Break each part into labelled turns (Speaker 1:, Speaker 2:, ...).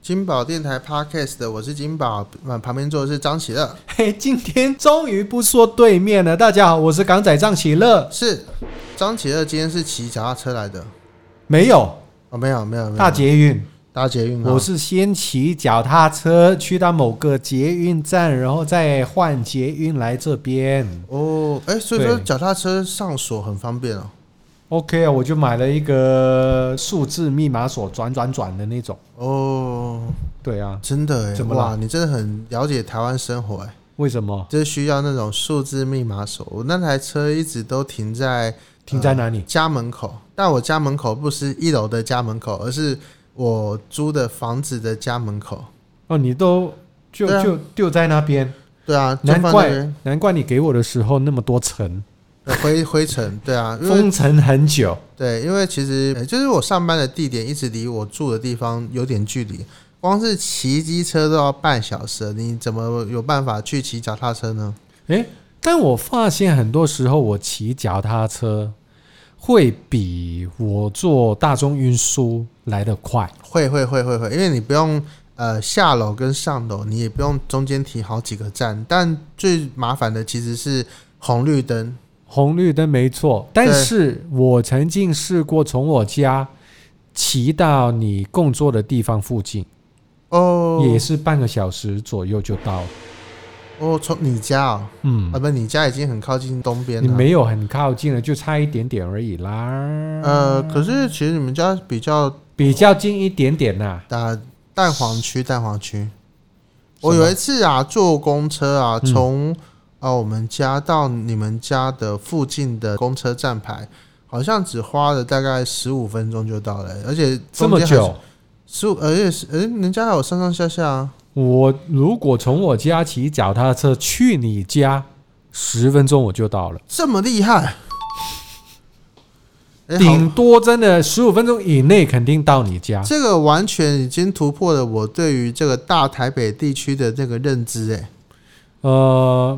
Speaker 1: 金宝电台 Podcast 的，我是金宝，那旁边坐的是张喜乐，
Speaker 2: 嘿，今天终于不说对面了。大家好，我是港仔张喜乐。
Speaker 1: 是张喜乐，今天是骑脚踏车来的
Speaker 2: 没有
Speaker 1: 哦，没有没有没有，
Speaker 2: 大捷运，
Speaker 1: 搭捷运哈，啊
Speaker 2: 我是先骑脚踏车去到某个捷运站，然后再换捷运来这边。
Speaker 1: 哦，哎、所以说
Speaker 2: 对
Speaker 1: 脚踏车上锁很方便哦，
Speaker 2: OK 啊，我就买了一个数字密码锁，转转转的那种。
Speaker 1: 哦，
Speaker 2: 对啊，
Speaker 1: 真的哎，
Speaker 2: 怎么
Speaker 1: 哇，
Speaker 2: 啦
Speaker 1: 你真的很了解台湾生活哎，
Speaker 2: 为什么？
Speaker 1: 就是需要那种数字密码锁，我那台车一直都停在
Speaker 2: 停在哪里？
Speaker 1: 家门口，但我家门口不是一楼的家门口，而是我租的房子的家门口。
Speaker 2: 哦，你都就
Speaker 1: 对啊
Speaker 2: 就丢在那边，
Speaker 1: 对啊，就
Speaker 2: 难
Speaker 1: 放那
Speaker 2: 怪
Speaker 1: 边
Speaker 2: 难怪你给我的时候那么多层，
Speaker 1: 呃灰灰尘，对啊，因为
Speaker 2: 封尘很久。
Speaker 1: 对，因为其实呃就是我上班的地点一直离我住的地方有点距离，光是骑机车都要半小时，你怎么有办法去骑脚踏车呢？
Speaker 2: 诶，但我发现很多时候我骑脚踏车会比我坐大众运输来得快。
Speaker 1: 会会会会会，因为你不用呃下楼跟上楼，你也不用中间停好几个站，但最麻烦的其实是红绿灯。
Speaker 2: 红绿灯没错，但是我曾经试过从我家骑到你工作的地方附近，
Speaker 1: 哦，
Speaker 2: 也是半个小时左右就到了。
Speaker 1: 哦，从你家哦，
Speaker 2: 嗯
Speaker 1: 啊，，不，你家已经很靠近东边
Speaker 2: 你
Speaker 1: 了。
Speaker 2: 没有很靠近了，就差一点点而已啦。
Speaker 1: 呃，可是其实你们家比较
Speaker 2: 比较近一点点啊呐、
Speaker 1: 打蛋黄区，蛋黄区。
Speaker 2: 什么
Speaker 1: 我有一次啊，坐公车啊，
Speaker 2: 嗯
Speaker 1: 从啊、我们家到你们家的附近的公车站牌，好像只花了大概十五分钟就到了、而且
Speaker 2: 这么久，
Speaker 1: 十五，而且是，哎，人家还有上上下下啊。
Speaker 2: 我如果从我家骑脚踏车去你家，十分钟我就到了，
Speaker 1: 这么厉害。 哎，
Speaker 2: 顶
Speaker 1: 好，
Speaker 2: 多真的十五分钟以内肯定到你家。
Speaker 1: 这个完全已经突破了我对于这个大台北地区的这个认知，哎，
Speaker 2: 呃，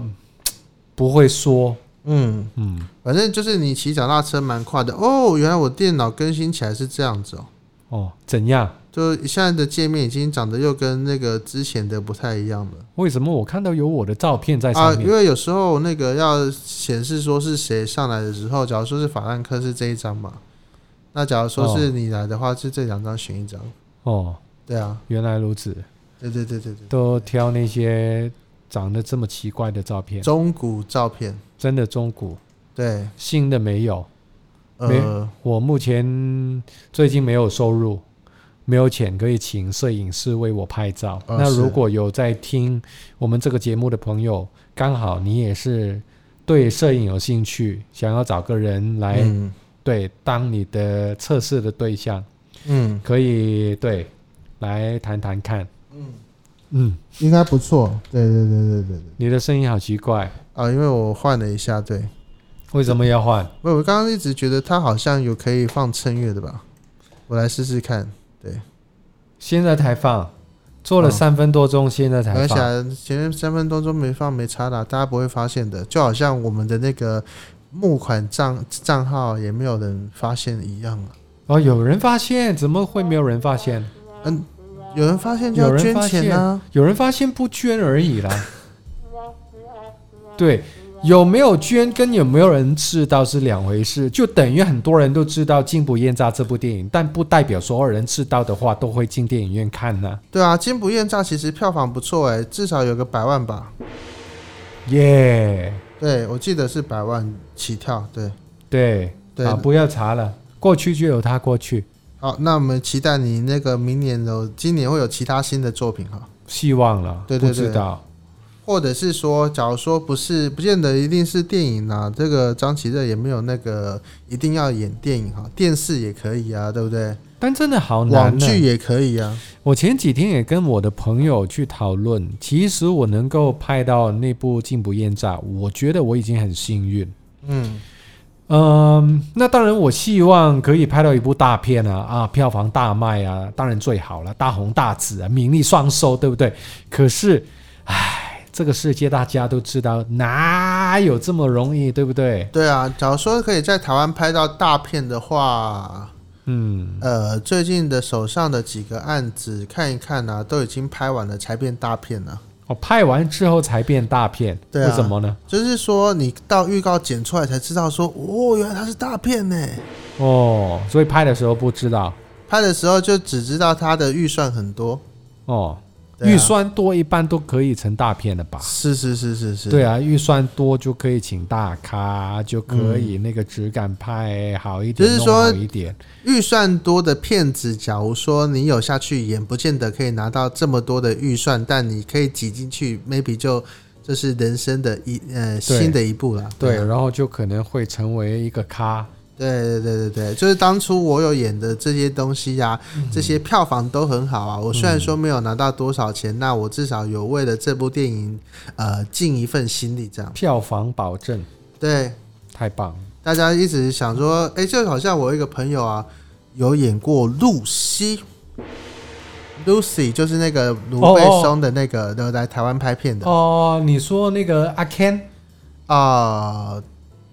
Speaker 2: 不会说，
Speaker 1: 嗯，
Speaker 2: 嗯，
Speaker 1: 反正就是你骑脚踏车蛮快的哦。原来我电脑更新起来是这样子哦，
Speaker 2: 哦，怎样？
Speaker 1: 就现在的界面已经长得又跟那个之前的不太一样了
Speaker 2: 为什么我看到有我的照片在
Speaker 1: 啊。
Speaker 2: 上面？
Speaker 1: 因为有时候那个要显示说是谁上来的时候，假如说是法兰克是这一张嘛，那假如说是你来的话，是这两张选一张。
Speaker 2: 哦，
Speaker 1: 对啊，
Speaker 2: 原来如此，
Speaker 1: 对对对对对，
Speaker 2: 都挑那些长得这么奇怪的照片，
Speaker 1: 中古照片，
Speaker 2: 真的中古，
Speaker 1: 对，
Speaker 2: 新的没有。
Speaker 1: 呃，
Speaker 2: 我目前最近没有收入，没有钱可以请摄影师为我拍照。
Speaker 1: 啊
Speaker 2: 那
Speaker 1: 是
Speaker 2: 如果有在听我们这个节目的朋友，刚好你也是对摄影有兴趣，想要找个人来、
Speaker 1: 嗯
Speaker 2: 对当你的测试的对象，
Speaker 1: 嗯
Speaker 2: 可以对来谈谈看。
Speaker 1: 嗯，
Speaker 2: 嗯，
Speaker 1: 应该不错。对对对对对对，
Speaker 2: 你的声音好奇怪，
Speaker 1: 啊，因为我换了一下，对。
Speaker 2: 为什么要换？
Speaker 1: 不，我刚刚一直觉得它好像有可以放衬乐的吧，我来试试看。
Speaker 2: 现在才放，做了
Speaker 1: 嗯
Speaker 2: 三分多钟，现在才
Speaker 1: 而且
Speaker 2: 放。
Speaker 1: 啊前面三分钟钟没放没差啦，大家不会发现的，就好像我们的那个募款账账号也没有人发现一样啊。
Speaker 2: 哦，有人发现，怎么会没有人发现？
Speaker 1: 嗯，有人发现就要
Speaker 2: 有人
Speaker 1: 捐
Speaker 2: 发
Speaker 1: 钱啊。
Speaker 2: 有人发现不捐而已啦。对，有没有捐跟有没有人知道是两回事，就等于很多人都知道《进不厌诈》这部电影，但不代表所有人知道的话都会进电影院看呢、
Speaker 1: 对啊，金不厌诈其实票房不错哎、至少有个百万吧。
Speaker 2: 耶、
Speaker 1: 对，我记得是百万起跳。对
Speaker 2: 对，
Speaker 1: 对，
Speaker 2: 啊，不要查了，过去就有它过去，
Speaker 1: 好，那我们期待你那个明年有，今年会有其他新的作品哈。
Speaker 2: 希望了，
Speaker 1: 对对
Speaker 2: 不知道。
Speaker 1: 或者是说，假如说不是，不见得一定是电影啊。这个张起乐也没有那个一定要演电影哈、电视也可以啊，对不对？
Speaker 2: 但真的好难、啊。
Speaker 1: 网剧也可以啊。
Speaker 2: 我前几天也跟我的朋友去讨论，其实我能够拍到那部《进不厌诈》，我觉得我已经很幸运。
Speaker 1: 嗯，
Speaker 2: 嗯，那当然，我希望可以拍到一部大片啊啊，票房大卖啊，当然最好了，大红大紫啊，名利双收，对不对？可是，唉，这个世界大家都知道，哪有这么容易，对不对？
Speaker 1: 对啊。假如说可以在台湾拍到大片的话，
Speaker 2: 嗯，
Speaker 1: 呃，最近的手上的几个案子看一看啊，都已经拍完了才变大片啊呢、
Speaker 2: 我哦拍完之后才变大片，
Speaker 1: 对啊
Speaker 2: 为什么呢？
Speaker 1: 就是说，你到预告剪出来才知道说，哦，原来它是大片呢。
Speaker 2: 哦，所以拍的时候不知道
Speaker 1: 拍的时候就只知道它的预算很多，
Speaker 2: 哦，
Speaker 1: 对啊
Speaker 2: 预算多一般都可以成大片的吧？
Speaker 1: 是是是是是，
Speaker 2: 对啊，预算多就可以请大咖，就可以那个质感拍好一
Speaker 1: 嗯
Speaker 2: 点，
Speaker 1: 就是
Speaker 2: 弄
Speaker 1: 说
Speaker 2: 好一点。
Speaker 1: 预算多的片子，假如说你有下去演，不见得可以拿到这么多的预算，但你可以挤进去，maybe 就这是人生的一呃
Speaker 2: 对
Speaker 1: 新的一步啦。
Speaker 2: 对，
Speaker 1: 啊
Speaker 2: 然后就可能会成为一个咖。
Speaker 1: 对对对对对，就是当初我有演的这些东西呀、这些票房都很好啊。我虽然说没有拿到多少钱，那我至少有为了这部电影呃尽一份心力，这样
Speaker 2: 票房保证，
Speaker 1: 对。
Speaker 2: 太棒了！
Speaker 1: 大家一直想说，哎、就好像我有一个朋友啊，有演过露西，Lucy 就是那个卢贝松的那个，然后来台湾拍片的
Speaker 2: 哦，你说那个阿 Ken
Speaker 1: 啊、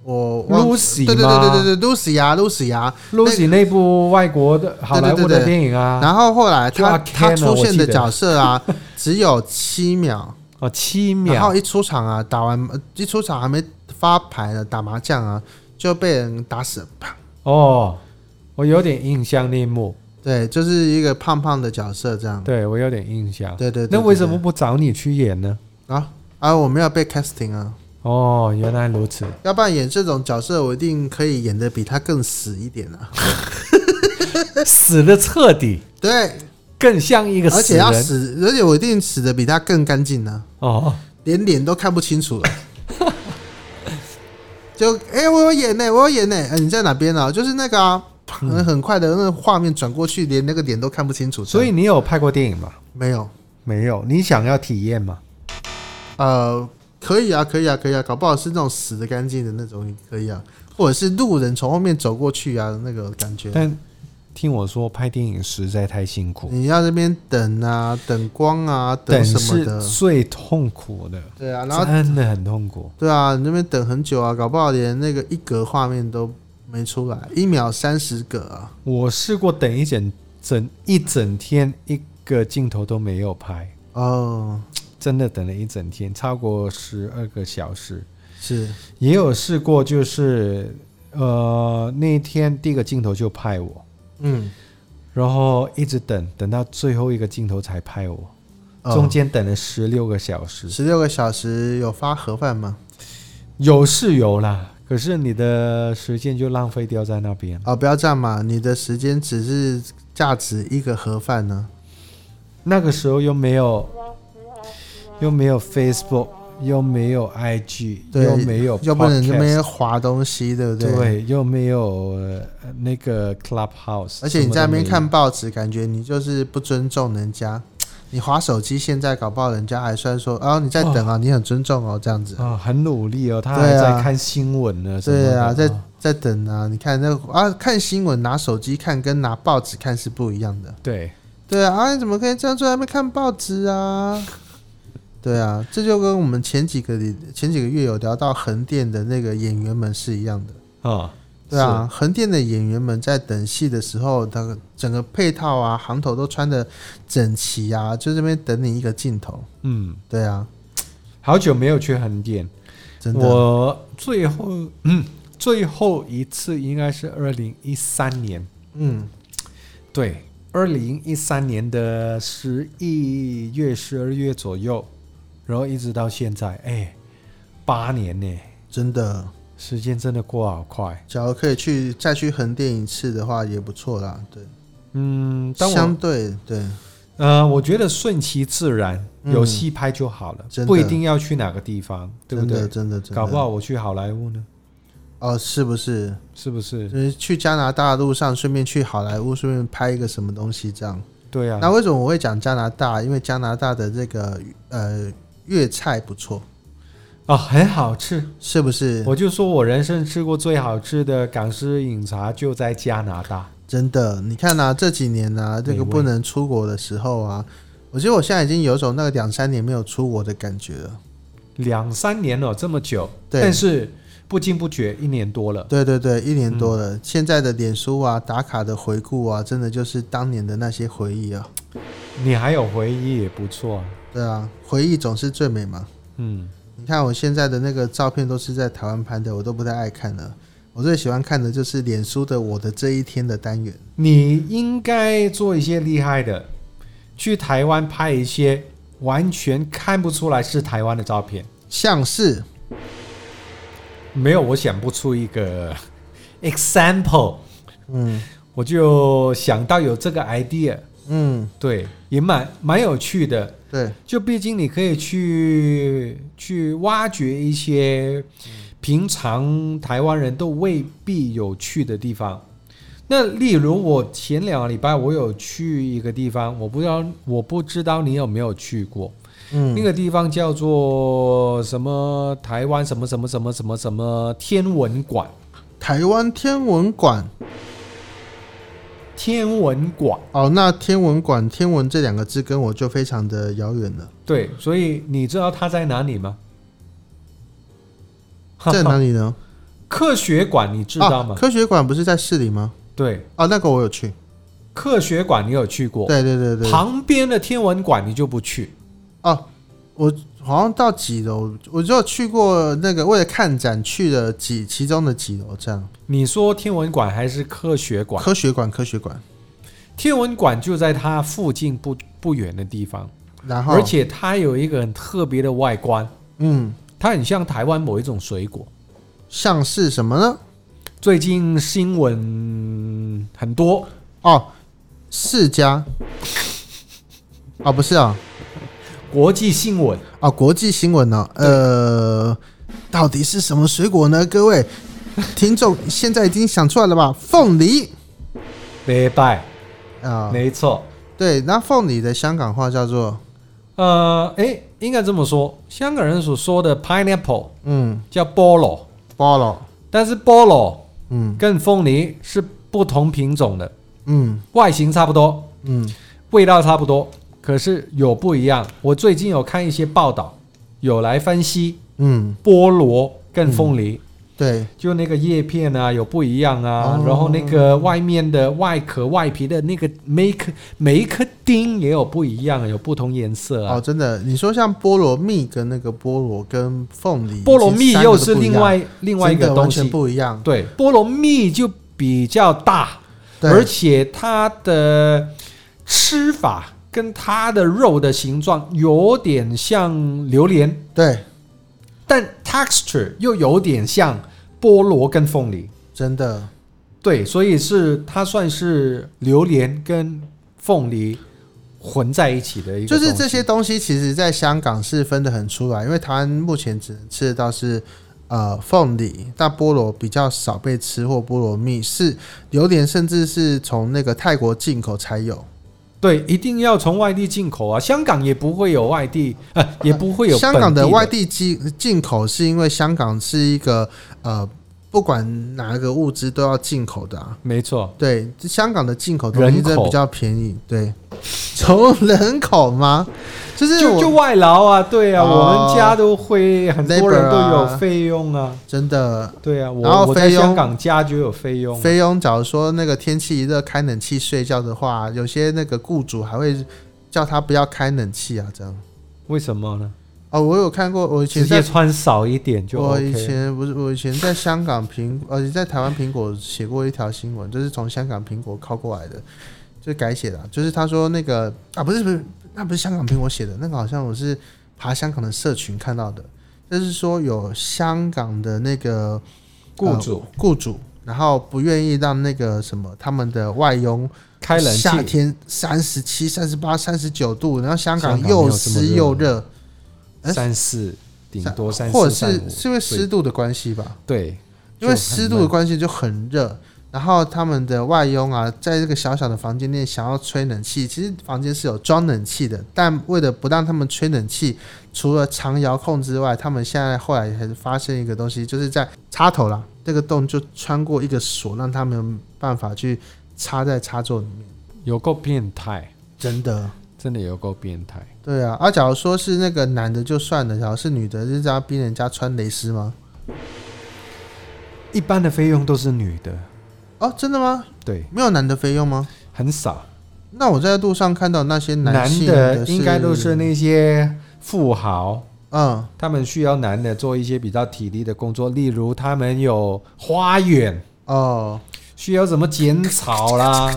Speaker 1: 我忘
Speaker 2: Lucy
Speaker 1: 对对对
Speaker 2: 吗
Speaker 1: 对对对，Lucy 啊，Lucy 啊。
Speaker 2: Lucy 那部外国的好莱坞
Speaker 1: 对对对
Speaker 2: 的电影啊，
Speaker 1: 然后后来他
Speaker 2: 就 Arcane
Speaker 1: 他
Speaker 2: 了
Speaker 1: 出现
Speaker 2: 我记
Speaker 1: 的
Speaker 2: 得
Speaker 1: 角色 啊，只有七秒，
Speaker 2: 哦，七
Speaker 1: 然
Speaker 2: 秒
Speaker 1: 后一出场啊，打完呃一出场还没发牌呢，打麻将啊就被人打死了，啪！
Speaker 2: 哦，我有点印象那一幕，
Speaker 1: 对，就是一个胖胖的角色这样。
Speaker 2: 对我有点印象。
Speaker 1: 对对对
Speaker 2: 那为什
Speaker 1: 对
Speaker 2: 么不找你去演呢？
Speaker 1: 啊啊！我没有被 casting 啊，
Speaker 2: 哦，原来如此。
Speaker 1: 要不然演这种角色，我一定可以演的比他更死一点啊。
Speaker 2: 死的彻 底，
Speaker 1: 对，
Speaker 2: 更像一个
Speaker 1: 而
Speaker 2: 死
Speaker 1: 且
Speaker 2: 人
Speaker 1: 要死，而且我一定死的比他更干净呢，
Speaker 2: 哦。
Speaker 1: 连脸都看不清楚了。 就哎、我有演呢、我有演呢、哎你在哪边啊？就是那个啊，很很快的那个画面转过去，连那个脸都看不清楚。
Speaker 2: 嗯所以你有拍过电影吗？
Speaker 1: 没有，
Speaker 2: 没有，你想要体验吗？
Speaker 1: 呃，可以啊，可以啊，可以啊，搞不好是那种死的干净的那种，可以啊，或者是路人从后面走过去啊，那个感觉。
Speaker 2: 但听我说，拍电影实在太辛苦，
Speaker 1: 你要这边等啊，等光啊，等什么
Speaker 2: 是
Speaker 1: 的，
Speaker 2: 最痛苦的，
Speaker 1: 对啊，然后
Speaker 2: 真的很痛苦。
Speaker 1: 对啊，你那边等很久啊，搞不好连那个一格画面都没出来，一秒三十格啊，
Speaker 2: 我试过等一整整一整天，一个镜头都没有拍，
Speaker 1: 哦，
Speaker 2: 真的等了一整天，超过十二个小时。
Speaker 1: 是，
Speaker 2: 也有试过，就是呃那天第一个镜头就拍我，
Speaker 1: 嗯，
Speaker 2: 然后一直等，等到最后一个镜头才拍我，
Speaker 1: 哦
Speaker 2: 中间等了十六个小时，
Speaker 1: 十六个小时有发盒饭吗？
Speaker 2: 有是有啦，可是你的时间就浪费掉在那边。
Speaker 1: 哦，不要这样嘛，你的时间只是价值一个盒饭呢、
Speaker 2: 那个时候又没有，又没有 Facebook，又没有 IG，
Speaker 1: 对
Speaker 2: 又没有哦 podcast,
Speaker 1: 要不然你那边划东西，对不对？
Speaker 2: 对，又没有、呃、那个 Clubhouse，
Speaker 1: 而且你在那边
Speaker 2: 什
Speaker 1: 看
Speaker 2: 么
Speaker 1: 报纸，感觉你就是不尊重人家。 你划手机，现在搞不好人家还算说，哦，你在等啊，你很尊重哦，这样子
Speaker 2: 都。没有啊、很努力哦，他
Speaker 1: 对
Speaker 2: 还
Speaker 1: 啊
Speaker 2: 在看新闻呢，什么
Speaker 1: 对
Speaker 2: 的
Speaker 1: 啊，在在等啊，你看那啊，看新闻拿手机看跟拿报纸看是不一样的。
Speaker 2: 对，
Speaker 1: 对啊，啊，你怎么可以这样坐在那边看报纸啊？对啊，这就跟我们前几个里前几个月有聊到横店的那个演员们是一样的。
Speaker 2: 啊，
Speaker 1: 对啊，横店的演员们在等戏的时候，他整个配套啊、行头都穿的整齐啊，就这边等你一个镜头。
Speaker 2: 是，嗯，
Speaker 1: 对啊，
Speaker 2: 好久没有去横店，
Speaker 1: 真的，
Speaker 2: 我最后嗯最后一次应该是二零一三年，
Speaker 1: 嗯，
Speaker 2: 对，二零一三年的十一月、十二月左右，然后一直到现在，哎，八年呢，
Speaker 1: 真的，
Speaker 2: 时间真的过好快。
Speaker 1: 假如可以去再去横店一次的话，也不错啦。对，
Speaker 2: 嗯，但
Speaker 1: 相
Speaker 2: 我
Speaker 1: 对对，
Speaker 2: 呃，我觉得顺其自然，
Speaker 1: 嗯
Speaker 2: 有戏拍就好了，
Speaker 1: 真的
Speaker 2: 不一定要去哪个地方，对不
Speaker 1: 真的
Speaker 2: 对？
Speaker 1: 真的真的，
Speaker 2: 搞不好我去好莱坞呢，
Speaker 1: 哦，是不是？
Speaker 2: 是不是
Speaker 1: 就？是去加拿大的路上，顺便去好莱坞，顺便拍一个什么东西这样。
Speaker 2: 对啊
Speaker 1: 那，为什么我会讲加拿大？因为加拿大的这个呃粤菜不错，
Speaker 2: 哦，很好吃。
Speaker 1: 是不是？
Speaker 2: 我就说我人生吃过最好吃的港式饮茶就在加拿大。
Speaker 1: 真的，你看啊，这几年啊，这
Speaker 2: 美
Speaker 1: 个
Speaker 2: 味
Speaker 1: 不能出国的时候啊，我觉得我现在已经有种那个两三年没有出国的感觉了。
Speaker 2: 两三年了，这么久。
Speaker 1: 对
Speaker 2: 但是不经不觉一年多了。
Speaker 1: 对对对，一年多
Speaker 2: 嗯
Speaker 1: 了，现在的脸书啊、打卡的回顾啊，真的就是当年的那些回忆啊。
Speaker 2: 你还有回忆也不错，
Speaker 1: 对啊，回忆总是最美嘛。
Speaker 2: 嗯，
Speaker 1: 你看我现在的那个照片都是在台湾拍的，我都不太爱看了。我最喜欢看的就是脸书的我的这一天的单元。
Speaker 2: 你应该做一些厉害的，去台湾拍一些完全看不出来是台湾的照片。
Speaker 1: 像是
Speaker 2: 没有，我想不出一个 example，
Speaker 1: 嗯
Speaker 2: 我就想到有这个 idea，
Speaker 1: 嗯，
Speaker 2: 对，也蛮蛮有趣的。
Speaker 1: 对
Speaker 2: 就毕竟你可以去去挖掘一些平常台湾人都未必有去的地方。那例如我前两个礼拜我有去一个地方，我不知道我不知道你有没有去过，那
Speaker 1: 嗯
Speaker 2: 个地方叫做什么台湾什么什么什么什么什么天文馆，
Speaker 1: 台湾天文馆
Speaker 2: 天文馆。
Speaker 1: 哦，那天文馆“天文”这两个字跟我就非常的遥远 了，
Speaker 2: 对，所以你知道它在哪里吗？
Speaker 1: 在哪里呢？
Speaker 2: 科学馆你知道吗？
Speaker 1: 啊科学馆不是在市里吗？
Speaker 2: 对，
Speaker 1: 啊，那个我有去，
Speaker 2: 科学馆你有去过，
Speaker 1: 对对对对。
Speaker 2: 旁边的天文馆你就不去。
Speaker 1: 哦，我好像到几楼，我就去过那个为了看展去了几其中的几楼这样。
Speaker 2: 你说天文馆还是科学馆？
Speaker 1: 科学馆，科学馆，
Speaker 2: 天文馆就在它附近不不远的地方，
Speaker 1: 然后
Speaker 2: 而且它有一个很特别的外观，
Speaker 1: 嗯，
Speaker 2: 它很像台湾某一种水果。
Speaker 1: 像是什么呢？
Speaker 2: 最近新闻很多，
Speaker 1: 哦，世家。哦，不是啊、
Speaker 2: 国际新闻
Speaker 1: 哦，国际新闻呢、呃，到底是什么水果呢？各位听众现在已经想出来了吧？凤梨
Speaker 2: 拜拜，
Speaker 1: 啊、
Speaker 2: 没错。
Speaker 1: 对，那凤梨的香港话叫做
Speaker 2: 呃，哎，应该这么说，香港人所说的 pineapple
Speaker 1: 嗯
Speaker 2: 叫菠萝，
Speaker 1: 菠萝，
Speaker 2: 但是菠萝
Speaker 1: 嗯
Speaker 2: 跟凤梨是不同品种的，
Speaker 1: 嗯
Speaker 2: 外形差不多，
Speaker 1: 嗯，
Speaker 2: 味道差不多，可是有不一样。我最近有看一些报道，有来分析
Speaker 1: 嗯，
Speaker 2: 菠萝跟凤梨，
Speaker 1: 对，
Speaker 2: 就那个叶片啊有不一样啊，
Speaker 1: 嗯哦
Speaker 2: 然后那个外面的外壳、外皮的那个每一颗每一颗丁也有不一样，有不同颜色啊。
Speaker 1: 哦，真的，你说像菠萝蜜跟那个菠萝跟凤梨，
Speaker 2: 菠萝蜜又是
Speaker 1: 其实三个都不一
Speaker 2: 另
Speaker 1: 样
Speaker 2: 外另外一
Speaker 1: 真
Speaker 2: 个
Speaker 1: 的
Speaker 2: 东
Speaker 1: 完全
Speaker 2: 西，
Speaker 1: 不一样。
Speaker 2: 对，菠萝蜜就比较大，
Speaker 1: 对，
Speaker 2: 而且它的吃法跟它的肉的形状有点像榴莲。
Speaker 1: 对，
Speaker 2: 但 texture 又有点像菠萝跟凤梨，
Speaker 1: 真的
Speaker 2: 对，所以是它算是榴莲跟凤梨混在一起的一个
Speaker 1: 就
Speaker 2: 东西，
Speaker 1: 是这些东西，其实在香港是分得很出来，因为台湾目前只能吃得到是呃凤梨，但菠萝比较少被吃，或菠萝蜜是榴莲，甚至是从那个泰国进口才有，
Speaker 2: 对，一定要从外地进口啊，香港也不会有外地， 呃，也不会有
Speaker 1: 香
Speaker 2: 本
Speaker 1: 港
Speaker 2: 的
Speaker 1: 的外地进进口，是因为香港是一个呃，不管哪个物资都要进口的啊。
Speaker 2: 没错，
Speaker 1: 对，这香港的进口东西
Speaker 2: 人口
Speaker 1: 真的比较便宜。对， 从人口吗？就是
Speaker 2: 就
Speaker 1: 我
Speaker 2: 就外劳啊，对啊，
Speaker 1: 哦
Speaker 2: 我们家都会很多
Speaker 1: Labor
Speaker 2: 人都
Speaker 1: 啊
Speaker 2: 有费用啊，
Speaker 1: 真的
Speaker 2: 对啊，
Speaker 1: 然
Speaker 2: 我
Speaker 1: 后
Speaker 2: 我在
Speaker 1: 费用
Speaker 2: 香港家就有费用啊，
Speaker 1: 菲佣，假如说那个天气一热开冷气睡觉的话，有些那个雇主还会叫他不要开冷气啊，这样。
Speaker 2: 为什么呢？
Speaker 1: 哦，我有看过，我以
Speaker 2: 直
Speaker 1: 前
Speaker 2: 接
Speaker 1: 在
Speaker 2: 穿少一点就
Speaker 1: 我
Speaker 2: OK
Speaker 1: 以
Speaker 2: 了。
Speaker 1: 前不是我以前在香港苹，呃，在台湾苹果写过一条新闻，就是从香港苹果靠过来的，就是改写的啊、就是他说那个啊，不是不是，那不是香港苹果写的，那个好像我是爬香港的社群看到的，就是说有香港的那个
Speaker 2: 雇主
Speaker 1: 呃雇主，然后不愿意让那个什么他们的外佣
Speaker 2: 开冷气
Speaker 1: 夏，天三十七、三十八、三十九度，然后香
Speaker 2: 香
Speaker 1: 港
Speaker 2: 港没有
Speaker 1: 又
Speaker 2: 这么
Speaker 1: 湿
Speaker 2: 热
Speaker 1: 又热，哎
Speaker 2: 三四顶多三
Speaker 1: 或
Speaker 2: 四
Speaker 1: 者
Speaker 2: 三
Speaker 1: 是
Speaker 2: 五，
Speaker 1: 是因为湿度的关系吧？
Speaker 2: 对，
Speaker 1: 因为
Speaker 2: 就很
Speaker 1: 湿度的
Speaker 2: 闷
Speaker 1: 关系就很热，然后他们的外佣啊，在这个小小的房间内想要吹冷气，其实房间是有装冷气的，但为了不让他们吹冷气，除了长遥控之外，他们现在后来还是发现一个东西，就是在插头啦，这个洞就穿过一个锁，让他们有办法去插在插座里面。
Speaker 2: 有够变态，
Speaker 1: 真的，
Speaker 2: 真的有够变态。
Speaker 1: 对啊。啊，假如说是那个男的就算了，假如是女的，就是要逼人家穿蕾丝吗？
Speaker 2: 一般的菲佣都是女的，
Speaker 1: 哦，真的吗？
Speaker 2: 对，
Speaker 1: 没有男的费用吗？
Speaker 2: 很少。
Speaker 1: 那我在路上看到那些
Speaker 2: 男
Speaker 1: 性的
Speaker 2: 的应该都是那些富豪，
Speaker 1: 嗯
Speaker 2: 他们需要男的做一些比较体力的工作，例如他们有花园，
Speaker 1: 哦
Speaker 2: 需要怎么剪草啦。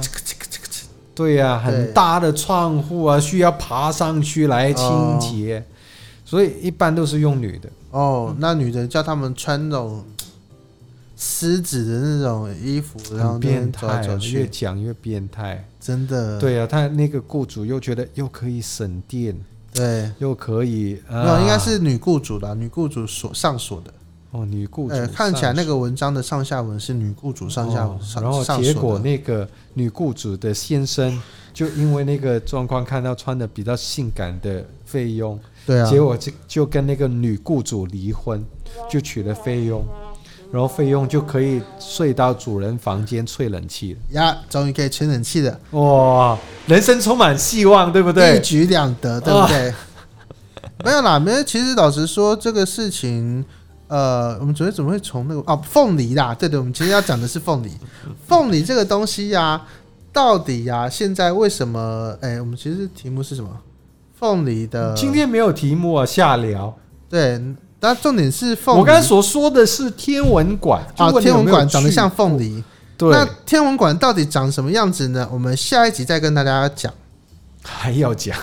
Speaker 2: 对呀、很
Speaker 1: 对
Speaker 2: 大的窗户啊，需要爬上去来清洁，所以一般都是用女的。
Speaker 1: 哦，那女的叫他们穿那种狮子的那种衣服，然后
Speaker 2: 很变
Speaker 1: 走
Speaker 2: 态
Speaker 1: 来
Speaker 2: 啊、
Speaker 1: 走
Speaker 2: 越
Speaker 1: 去，嗯
Speaker 2: 讲越变态。
Speaker 1: 真的
Speaker 2: 对啊，他那个雇主又觉得又可以省电，
Speaker 1: 对，
Speaker 2: 又可以
Speaker 1: 没
Speaker 2: 啊，
Speaker 1: 有，应该是女雇主的，女雇主所上锁的。
Speaker 2: 哦，女雇主
Speaker 1: 呃，
Speaker 2: 上、
Speaker 1: 看起来那个文章的上下文是女雇主上下
Speaker 2: 哦
Speaker 1: 文上
Speaker 2: 然后
Speaker 1: 上
Speaker 2: 结
Speaker 1: 锁
Speaker 2: 果
Speaker 1: 的
Speaker 2: 那个女雇主的先生就因为那个状况，看到穿的比较性感的菲佣，
Speaker 1: 对啊，
Speaker 2: 结果就就跟那个女雇主离婚，就娶了菲佣，然后菲佣就可以睡到主人房间吹冷气了。
Speaker 1: 呀，终于可以吹冷气了，
Speaker 2: 哇、人生充满希望，对不
Speaker 1: 一
Speaker 2: 对？
Speaker 1: 举两得，对不对？ 没有啦，没有。其实老实说，这个事情，呃，我们昨天怎么会从那个哦凤梨啦？对对，我们其实要讲的是 凤梨。凤梨这个东西呀、到底呀、现在为什么？哎，我们其实题目是什么？凤梨的
Speaker 2: 今天没有题目啊，下聊。
Speaker 1: 对，但重点是凤梨。
Speaker 2: 我刚才所说的是天文馆
Speaker 1: 啊，天文馆长
Speaker 2: 长
Speaker 1: 得像凤梨。
Speaker 2: 对，
Speaker 1: 那天文馆到底长什么样子呢？我们下一集再跟大家讲。
Speaker 2: 还要讲